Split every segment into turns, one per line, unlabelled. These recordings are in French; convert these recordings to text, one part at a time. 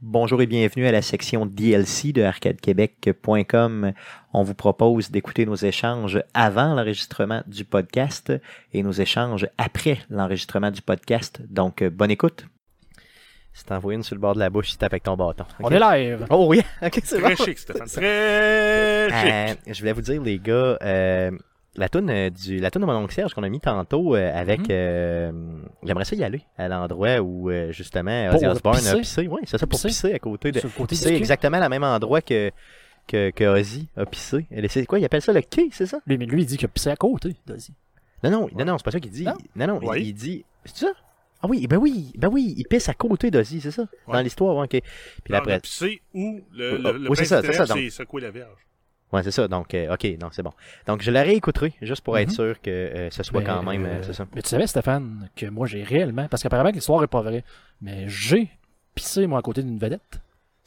Bonjour et bienvenue à la section DLC de arcadequebec.com. On vous propose d'écouter nos échanges avant l'enregistrement du podcast et nos échanges après l'enregistrement du podcast. Donc, euh, bonne écoute. Si t'en vois une sur le bord de la bouche, si tapes avec ton bâton.
On
OK?
est live.
Oh oui, ok, c'est bon.
Très chic, Stéphane. Très chic.
Euh, je voulais vous dire, les gars, euh, la toune euh, du la toune de mon oncle Serge qu'on a mis tantôt euh, avec
Mhm.
euh, j'aimerais ça y aller à l'endroit où euh, justement Ozzy
Pour
Osbourne a
pisser?
pissé. Oui, c'est ça pour
Pisser?
pisser à côté de
Sur le côté
pisser
du quai.
exactement à la même endroit que que, que Ozzy a pissé. Et C'est quoi, il appelle ça le quai, c'est ça
Lui, mais lui, il dit que c'est à côté. d'Ozzy.
Non non, non non, c'est pas ça qu'il dit.
Non?
Non non,
Oui.
il, il dit c'est ça Ah oui, ben oui, ben oui, il pisse à côté d'Ozzy, c'est ça Dans
Ouais.
l'histoire, ouais, OK. Puis
Dans
après
le pisser ou le,
Oh,
le,
oui,
le
c'est ça,
principe
c'est ça,
c'est
donc.
secouer la verge.
Ouais, c'est ça. Donc, euh, OK, non, c'est bon. Donc, je la réécouterai juste pour être
Mhm.
sûr que euh, ce soit
Mais,
quand même.
euh,
euh, c'est ça.
Mais tu savais, Stéphane, que moi, j'ai réellement. Parce qu'apparemment, que l'histoire est pas vraie. Mais j'ai pissé, moi, à côté d'une vedette.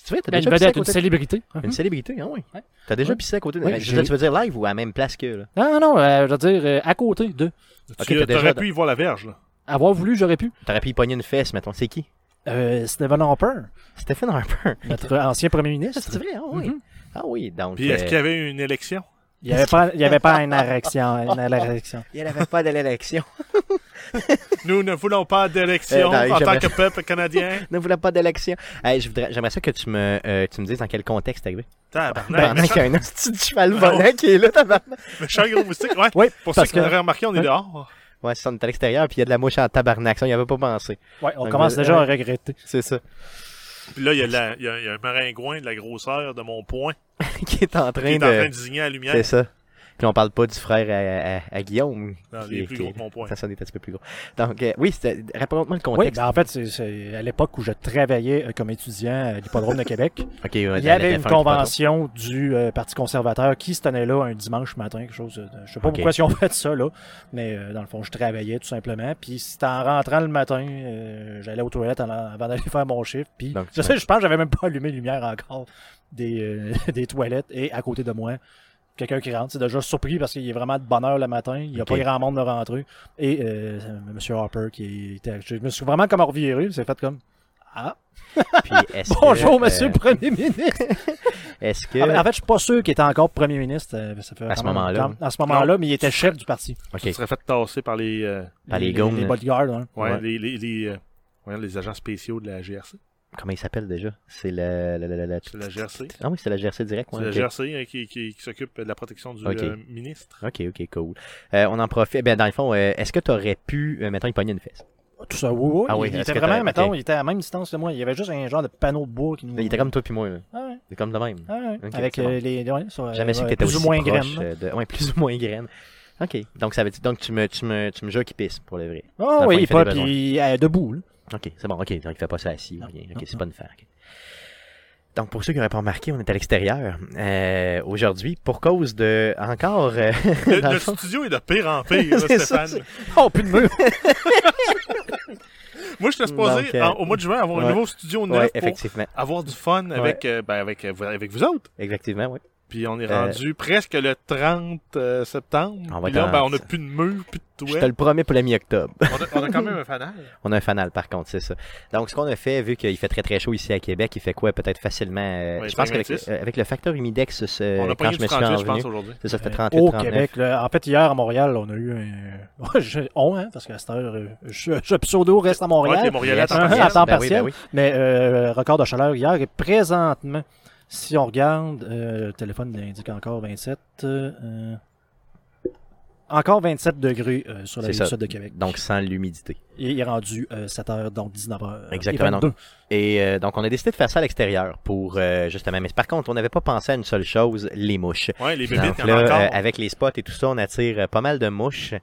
Tu veux, t'as
Ben,
déjà pissé à
une vedette, une
côté
célébrité. hein.
Une célébrité, ah oui.
Ouais.
T'as déjà
Ouais.
pissé à côté de.
Oui,
Euh, je
j'ai-
veux dire, tu veux dire live ou à la même place que là?
Non, non, euh, je veux dire, euh, à côté de.
Ok,
tu
t'as
aurais
déjà-
pu y voir la verge, là.
Avoir voulu, j'aurais pu.
T'aurais pu y pogner une fesse, mettons. C'est qui?
Euh, Stephen Harper,
Stephen Harper.
notre ancien premier
C'est
ministre.
vrai, ah oui.
Mhm.
Ah oui, donc.
Puis est-ce
euh,
qu'il y avait une élection?
Il n'y avait, pas- il y avait pas une érection. Une érection.
Il n'avait pas de l'élection.
Nous ne voulons pas d'élection
Euh, non,
en
j'aimerais-
tant que peuple canadien.
ne voulait pas d'élection. Hey, je voudrais- J'aimerais ça que tu me, euh, tu me dises dans quel contexte t'es arrivé.
Tabarnak,
Ben,
Pendant
méchant-
qu'il y a un hostie de cheval volant qui est là, tabarnak.
méchant gros moustique. Ouais,
Oui,
pour ceux
parce
qui l'auraient
que.
remarqué, on est
Ouais.
dehors.
Ouais, c'est ça, on est à l'extérieur, puis il y a de la mouche en tabarnak. Ça, on n'y avait pas pensé.
Ouais, on
Donc,
commence
euh,
déjà à regretter.
C'est ça.
Puis là, il y, a la- il y a, il y a un maringouin de la grosseur de mon poing
qui est en train
qui est en
de.
train de signer à la
C'est
lumière.
ça. Puis on parle pas du frère à, à- à Guillaume.
Non,
qui
il
est-
est plus
qui est-
gros que mon poing.
Ça sonne un petit peu plus gros. Donc, euh, oui, c'était- raconte-moi le
Oui,
contexte.
ben, en fait, c'est- c'est à l'époque où je travaillais euh, comme étudiant à l'Hippodrome de Québec.
Ok, ouais,
ben, Il y
la-
avait une
la- la-
convention du euh, Parti conservateur qui se tenait là un dimanche matin, quelque chose. de- je sais pas
Ok.
pourquoi ils ont fait ça, là. Mais euh, dans le fond, je travaillais tout simplement. Puis c'était en rentrant le matin, euh, j'allais aux toilettes en- avant d'aller faire mon chiffre. Puis
Donc,
je, sais, je pense que j'avais même pas allumé la lumière encore des, euh, des toilettes. Et à côté de moi, quelqu'un qui rentre. C'est déjà surpris parce qu'il est vraiment de bonne heure le matin. Il n'y a
Ok.
pas grand monde de rentré. Et euh, M. Harper qui était. Je me suis vraiment comme reviré. C'est fait comme. Ah,
Puis est-ce que,
bonjour,
euh,
monsieur le premier ministre!
Est-ce que.
Ah, ben, en fait, je suis pas sûr qu'il était encore premier ministre. euh, ça fait
Euh, À ce
vraiment
moment-là,
longtemps. À ce moment-là, mais il était chef du parti.
Ok.
Il serait fait tasser par les, euh,
Par les
gars
goons, là.
hein.
ouais,
Ouais.
les, les, les, euh, voyons, les agents spéciaux de la GRC.
Comment il s'appelle déjà C'est le. le- le- le- le-
C'est la GRC.
Ah oui, c'est la GRC direct.
C'est
ouais,
la
ok.
GRC hein, qui, qui, qui s'occupe de la protection du
Ok.
euh, ministre.
Ok, ok, cool. Euh, on en profite. Ben, dans le fond, euh, est-ce que tu aurais pu, euh, mettons, y pogner une fesse
Tout ça, oui, oui.
Ah oui,
il, il
est-ce
était
que
vraiment,
t'as-
mettons,
ok.
il était à la même distance que moi. Il y avait juste un genre de panneau de bois qui nous.
Il était comme toi puis moi. là.
Ah ouais,
Il est comme de même.
ah ouais.
Ok,
Avec
c'est bon.
euh, les. ouais, sur, euh,
Jamais su que
ouais,
t'étais
Plus
aussi
ou moins
proche
graines.
euh, de... Ouais, plus ou moins graine. Ok. Donc, ça veut dire... Donc tu, me, tu, me, tu me jures qu'il pisse, pour le vrai.
Ah
Dans le fond,
oui,
il
il
fait des
pas, puis euh, debout. là.
Ok, c'est bon, ok. Donc il fait pas ça assis ou
Non,
rien.
non,
Ok, c'est
non.
pas une affaire. ok. Donc pour ceux qui n'auraient pas remarqué, on est à l'extérieur euh, aujourd'hui pour cause de encore. euh,
Le,
dans le
le
fond-
studio est de pire en pire, là,
C'est ça,
Stéphane.
Oh, plus de mur.
Moi, je suis supposé,
Donc, euh,
en- au mois de juin, avoir
ouais.
un nouveau studio
Ouais,
neuf pour
effectivement,
avoir du fun avec, euh, ben, avec, euh, vous- avec vous autres.
effectivement, oui.
Puis on est
Euh, Ah,
rendu presque le 30 euh, septembre.
On va
Puis
être
là,
en-
ben, on n'a plus de mur, plus de
Je te
toit.
le promets pour le mi-octobre.
On, a- on a quand même un fanal.
On a un fanal par contre, c'est ça. Donc ce qu'on a fait, vu qu'il fait très très chaud ici à Québec, il fait quoi peut-être facilement euh,
Ouais,
Je pense qu'avec
56.
euh, avec le facteur humidex, ce-
on a
Euh, quand
pris
je
du
me suis
38, je
envenu,
pense, aujourd'hui.
c'est ça, c'était
Euh,
38,
Au
39.
Québec, là. En fait, hier à Montréal, on a eu un. Je- on, hein, parce qu'à cette heure, euh, je, je pseudo reste à
Ouais, puis
Montréal.
les Montréalais
Yes.
attendent
Ah,
rien.
à temps
Ben oui, ben
partiel.
oui.
Mais euh, record de chaleur hier et présentement, si on regarde, euh, le téléphone indique encore 27. euh, euh, encore 27 degrés euh, sur la
C'est
rive
ça.
sud de Québec.
Donc sans l'humidité.
Et il est rendu 7h, donc 19h.
Exactement, Et euh, donc, on a décidé de faire ça à l'extérieur pour euh, justement. Mais par contre, on n'avait pas pensé à une seule chose les mouches.
Ouais, les bébites,
Donc
il y en
là,
a encore.
euh, avec les spots et tout ça, on attire euh, pas mal de mouches.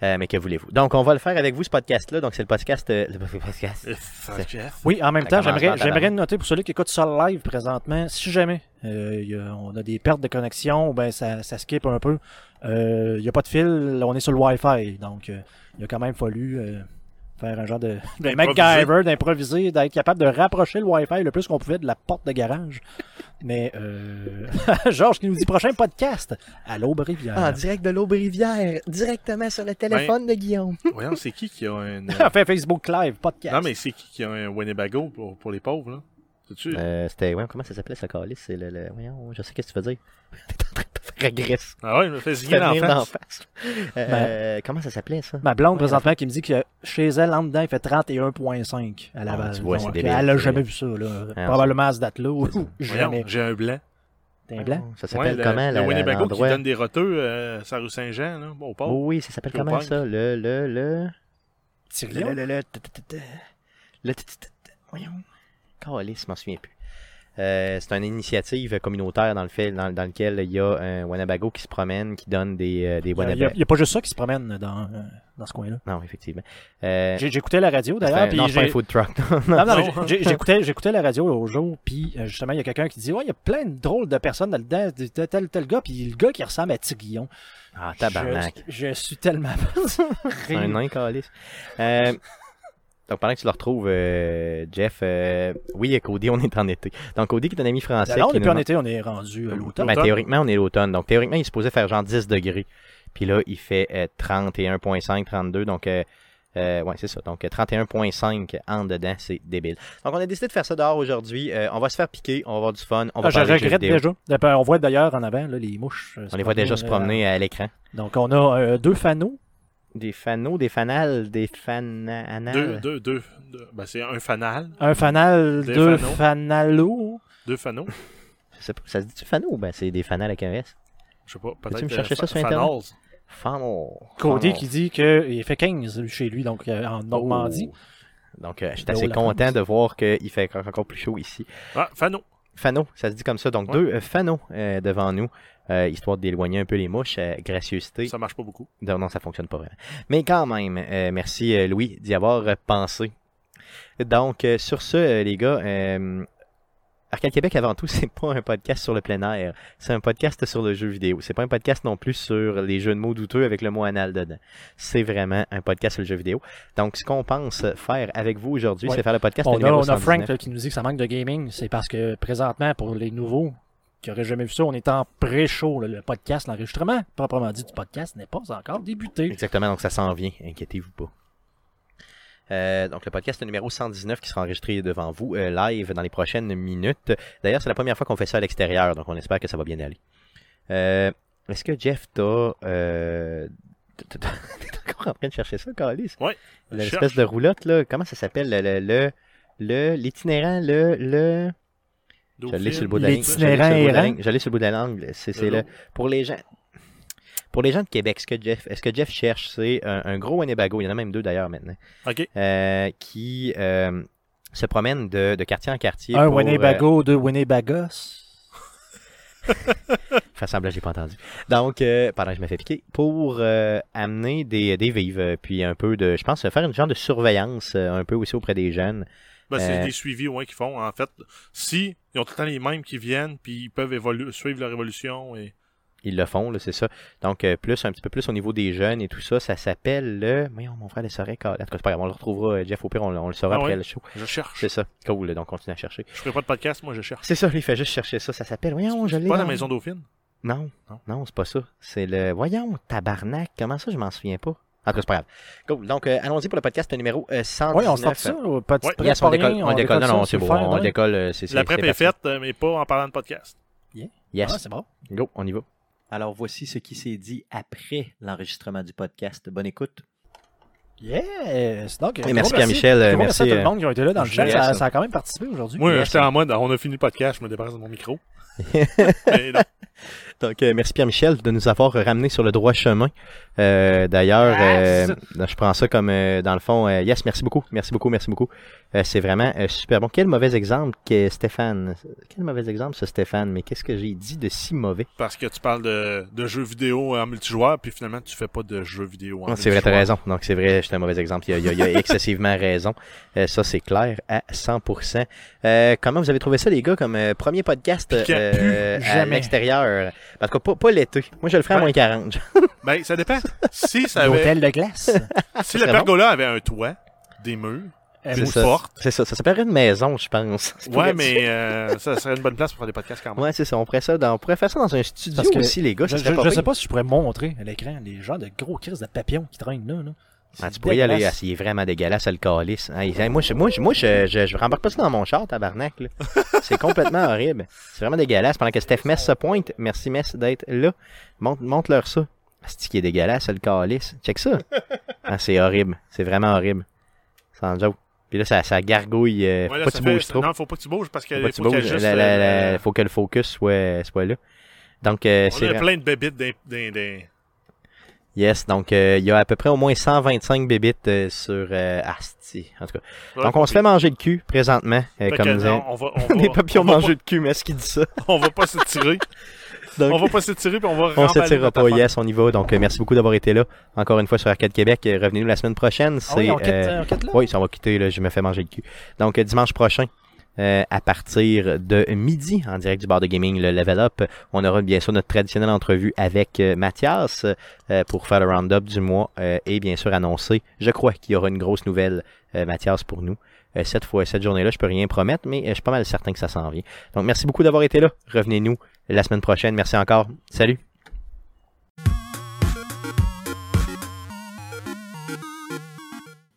Euh, mais que voulez-vous? Donc, on va le faire avec vous, ce podcast-là. Donc, c'est le podcast. euh, le podcast.
Euh, fuck, Jeff.
Oui, en même
Ça
temps,
commence bien,
j'aimerais
ça
j'aimerais
avance.
noter pour celui qui écoute ça live présentement, si jamais euh, il y a- on a des pertes de connexion, ou ben ça, ça skip un peu, euh, il n'y a pas de fil, on est sur le Wi-Fi, donc euh, il a quand même fallu euh, faire un genre de, de
D'improviser.
MacGyver, d'improviser, d'être capable de rapprocher le Wi-Fi le plus qu'on pouvait de la porte de garage. Mais euh, Georges qui nous dit prochain podcast à l'Aube Rivière.
Ah, direct de l'Aube-Rivière, directement sur le
téléphone
de Guillaume.
Voyons, c'est qui qui a un... euh,
fait Facebook Live podcast.
Non, mais c'est qui qui a un Winnebago pour, pour les pauvres, là? C'est-tu-
Euh, c'était, ouais, comment ça s'appelait ce calice C'est le, le- Voyons, je sais qu'est-ce que tu veux dire. T'es en train de te faire agresser.
Ah ouais, il me fait zigner
Fais
d'en
venir d'en
face.
face. Euh, Comment ça s'appelait ça
Ma blonde,
Ouais,
présentement, qui me dit que chez elle, en dedans, il fait 31,5 à
Ah,
Laval.
tu vois, c'est
Donc,
débile,
elle a
c'est
jamais
débile.
vu ça, là.
Ah,
Probablement à cette date-là, ou
C'est ça.
jamais.
Voyons, j'ai un blanc.
T'es un blanc?
Ça s'appelle
Ouais, le-
comment
Le
la-
Winnebago qui
l'endroit
donne des roteux euh, sur la rue Saint-Jean, là, au port.
Oh oui, ça s'appelle
Joe
comment
Punk.
ça Le le le le
Tyrion?
le le le t- t- t- le t- t- t- t- voyons. Calisse, je m'en souviens plus. Euh, c'est une initiative communautaire dans le fait dans, dans lequel il y a un Wanabago qui se promène, qui donne des, euh, des
Il y a- il y a,
Wannabes.
il y a pas juste ça qui se promène dans, euh, dans ce coin-là.
Non, effectivement. Euh,
J'ai- J'écoutais la radio,
c'est
d'ailleurs,
un,
puis
non, c'est pas un
j'ai-
food truck.
Non, non,
Non.
mais j'ai- j'écoutais, j'écoutais la radio l'autre jour, puis euh, justement, il y a quelqu'un qui dit Ouais, il y a plein de drôles de personnes là-dedans, de- de tel, tel gars, puis le gars qui ressemble à Tiguillon.
Ah, tabarnak.
Je, je suis tellement.
C'est un nain, calice. Euh, donc, pendant que tu le retrouves, euh, Jeff, euh, oui, Cody, on est en été. Donc, Cody, qui est un ami français.
Alors, on
qui
est
nous
plus en
demande-
été, on est rendu à l'automne.
Ben,
L'automne.
théoriquement, on est l'automne. Donc, théoriquement, il se supposé faire genre 10 degrés. Puis là, il fait euh, 31.5, 32. Donc, euh, euh, ouais, c'est ça. Donc, euh, 31.5 en dedans, c'est débile. Donc, on a décidé de faire ça dehors aujourd'hui. Euh, on va se faire piquer, on va avoir du fun, on va
Ah, je
parler de jeux
regrette
vidéo.
déjà. Ben, On voit d'ailleurs en avant là, les mouches. euh, se
On les voit
promener,
déjà se
euh,
promener à l'écran.
Donc, on a euh, deux fanaux.
Des fanaux, des fanales, des
Deux,
fanales.
deux, deux, deux. Ben, c'est un fanal,
Un fanal,
Des
deux
fanaux.
fanalos.
deux fanaux.
Je sais pas, Ça se dit-tu fanaux ou ben, c'est des fanales avec un S?
Je sais pas, peut-être.
Peux-tu me
euh,
chercher ça
fa-
sur Internet?
fanals.
Funnel.
Cody
Funnel.
qui dit qu'il fait 15 chez lui, donc euh, en Normandie.
Oh. Donc, euh, je suis
Là-haut,
assez
la
content
France.
de voir qu'il fait encore encore plus chaud ici.
Ah, fanaux.
Fano, ça se dit comme ça. Donc,
Ouais.
deux euh, Fano euh, devant nous, euh, histoire d'éloigner un peu les mouches. euh, gracieuseté.
Ça marche pas beaucoup.
Non, non, ça fonctionne pas vraiment. Mais quand même, euh, merci euh, Louis d'y avoir euh, pensé. Donc, euh, sur ce, euh, les gars, euh, Arcade Québec, avant tout, c'est pas un podcast sur le plein air. C'est un podcast sur le jeu vidéo. C'est pas un podcast non plus sur les jeux de mots douteux avec le mot anal dedans. C'est vraiment un podcast sur le jeu vidéo. Donc, ce qu'on pense faire avec vous aujourd'hui,
Ouais.
c'est faire le podcast
On a,
numéro
on a
119.
Frank là, qui nous dit que ça manque de gaming. C'est parce que présentement, pour les nouveaux qui n'auraient jamais vu ça, on est en pré-show. là. Le podcast, l'enregistrement, proprement dit, du podcast n'est pas encore débuté.
Exactement, donc ça s'en vient, inquiétez-vous pas. Euh, donc le podcast numéro 119 qui sera enregistré devant vous euh, live dans les prochaines minutes. D'ailleurs, c'est la première fois qu'on fait ça à l'extérieur, donc on espère que ça va bien aller. Euh, Est-ce que Jeff, t'as... Euh, t'as- t'as- T'es encore en train de chercher ça, Calis?
Je cherche.
L'espèce de roulotte, là, comment ça s'appelle? le- le- le- le- L'itinérant, le... le... Je l'ai sur le bout de la langue. Je l'ai sur
L'itinérant
le bout de la
errant.
langue. Je l'ai sur le bout de la langue. C'est, c'est là. Pour les gens. Pour les gens de Québec, ce que Jeff, ce que Jeff cherche, c'est un, un gros Winnebago, il y en a même deux d'ailleurs maintenant,
Ok.
euh, qui euh, se promène de, de quartier en quartier.
Un
pour,
Winnebago, deux Winnebagos.
euh, faire semblant, j'ai pas entendu. Donc, euh, pardon, je me fais piquer. Pour euh, amener des, des vives, euh, puis un peu de, je pense, faire une genre de surveillance euh, un peu aussi auprès des jeunes.
Ben, c'est
Euh,
des suivis ouais, qu'ils font. En fait, si ils ont tout le temps les mêmes qui viennent, puis ils peuvent évolu- suivre leur évolution. Et...
Ils le font, là, c'est ça. Donc, euh, plus, un petit peu plus au niveau des jeunes et tout ça, ça s'appelle le. Voyons, mon frère, le saurait. cal- En tout cas, c'est pas grave, on le retrouvera, euh, Jeff, au pire, on, le- on le saura
Ah
après
ouais?
le show.
Je cherche.
C'est ça. Cool, donc continue à chercher.
Je ferai pas de podcast, moi, je cherche.
C'est ça, lui, fait juste chercher ça. Ça s'appelle. Voyons, je l'ai.
Pas
dans-
la maison dauphine.
Non,
Non.
non, c'est pas ça. C'est le. Voyons, tabarnak. Comment ça, je m'en souviens pas. En tout cas, c'est pas grave. Cool. Donc, euh, allons-y pour le podcast numéro euh, 119.
Oui, on sort ça. là, Pas de
Ouais.
prep,
Yes, on
pas
décolle.
rien,
On décolle. Non,
ça,
non,
c'est
c'est beau.
faire,
On
dingue.
décolle. euh, c'est- c'est-
La prep
c'est
est
parti.
faite, euh, mais pas en parlant de podcast.
Yes.
Ah, c'est bon.
Go, on y va.
Alors voici ce qui s'est dit après l'enregistrement du podcast. Bonne écoute.
Yes. Donc,
Et
gros
merci, Pierre-Michel. euh,
Gros
Merci.
merci à tout
euh,
le monde qui ont été là dans le chat.
Yes.
Ça, ça a quand même participé aujourd'hui.
Moi,
Yes.
j'étais en mode, on a fini le podcast, je me débarrasse de mon micro. Mais non.
Donc, euh, merci Pierre-Michel de nous avoir ramené sur le droit chemin. Euh, D'ailleurs,
Yes!
euh, je prends ça comme, euh, dans le fond, euh, yes, merci beaucoup, merci beaucoup, merci beaucoup. Euh, c'est vraiment euh, super bon. Quel mauvais exemple que Stéphane. Quel mauvais exemple ce Stéphane, mais qu'est-ce que j'ai dit de si mauvais?
Parce que tu parles de, de jeux vidéo en multijoueur, puis finalement, tu fais pas de jeux vidéo en
Ah, c'est vrai, t'as
multijoueur.
raison. Donc, c'est vrai, j'étais un mauvais exemple. Il y a, il y a- il y a excessivement raison. Euh, ça, c'est clair à 100%. Euh, comment vous avez trouvé ça, les gars, comme euh, premier podcast
Piquant.
euh,
Plus
à
jamais.
l'extérieur? En tout cas, pas, pas l'été. Moi, je le ferai à
Ouais.
moins 40.
Ben, ça dépend. si Ah ça avait,
L'hôtel de glace.
si
serait
le pergola avait un toit, des murs,
Euh,
une
C'est Eh, ça.
porte,
C'est ça. Ça s'appellerait une maison, je pense. C'est pour
ouais,
être sûr.
mais euh, ça serait une bonne place pour faire des podcasts quand même.
Ouais, c'est ça. On pourrait, ça dans- on pourrait faire ça dans un studio
Parce que
aussi, les gars.
je
ça serait
je-
pas
je
pire.
sais pas si je pourrais montrer à l'écran les gens de gros crises de papillons qui traînent là. là.
Ah, tu pourrais y aller, ah, c'est vraiment dégueulasse, le calice. Ah, il- moi, je, moi, je, moi je, je, je rembarque pas ça dans mon char, tabarnak. là. C'est complètement horrible. C'est vraiment dégueulasse. Pendant que Steph Mess se pointe, merci Mess d'être là. Montre- Montre-leur ça. C'est qui est dégueulasse, le calice. Check ça. Ah, c'est horrible. C'est vraiment horrible. Sans joke. Puis là, ça, ça gargouille. euh, faut
Ouais, là,
pas que
ça
tu
fait-
bouges trop.
Non, faut pas que tu bouges parce
Faut
que
pas
faut,
que tu bouges.
qu'elle juste,
La- la- la-
euh,
faut que le focus soit, soit là. Donc, euh,
on
c'est
a
vraiment-
plein de bébites d'un. d'un- d'un-
Yes, donc euh, il y a à peu près au moins 125 bébites euh, sur euh, Asti, en tout cas. donc on se fait manger le cul présentement, euh,
Fait
comme
que
disait-
non, on va, on
des
va-
papillons
on va
mangés de cul, mais est-ce qu'il dit ça?
pas- On va pas s'étirer.
Donc,
on va pas s'étirer puis on va
on
remballer
s'étirera
notre
pas,
affaire.
yes, on y va. Donc euh, merci beaucoup d'avoir été là, encore une fois sur Arcade Québec. Euh, Revenez-nous la semaine prochaine.
Ah oui,
c'est,
on quitte,
euh,
euh, on quitte là?
Oui, ça on va quitter, là, je me fais manger le cul. Donc, euh, dimanche prochain, euh, à partir de midi, en direct du bar de gaming, le Level Up, on aura bien sûr notre traditionnelle entrevue avec euh, Mathias euh, pour faire le round-up du mois euh, et bien sûr annoncer, je crois qu'il y aura une grosse nouvelle, euh, Mathias, pour nous. Euh, cette fois, cette journée-là, je peux rien promettre, mais euh, je suis pas mal certain que ça s'en vient. Donc, merci beaucoup d'avoir été là. Revenez-nous la semaine prochaine. Merci encore. Salut!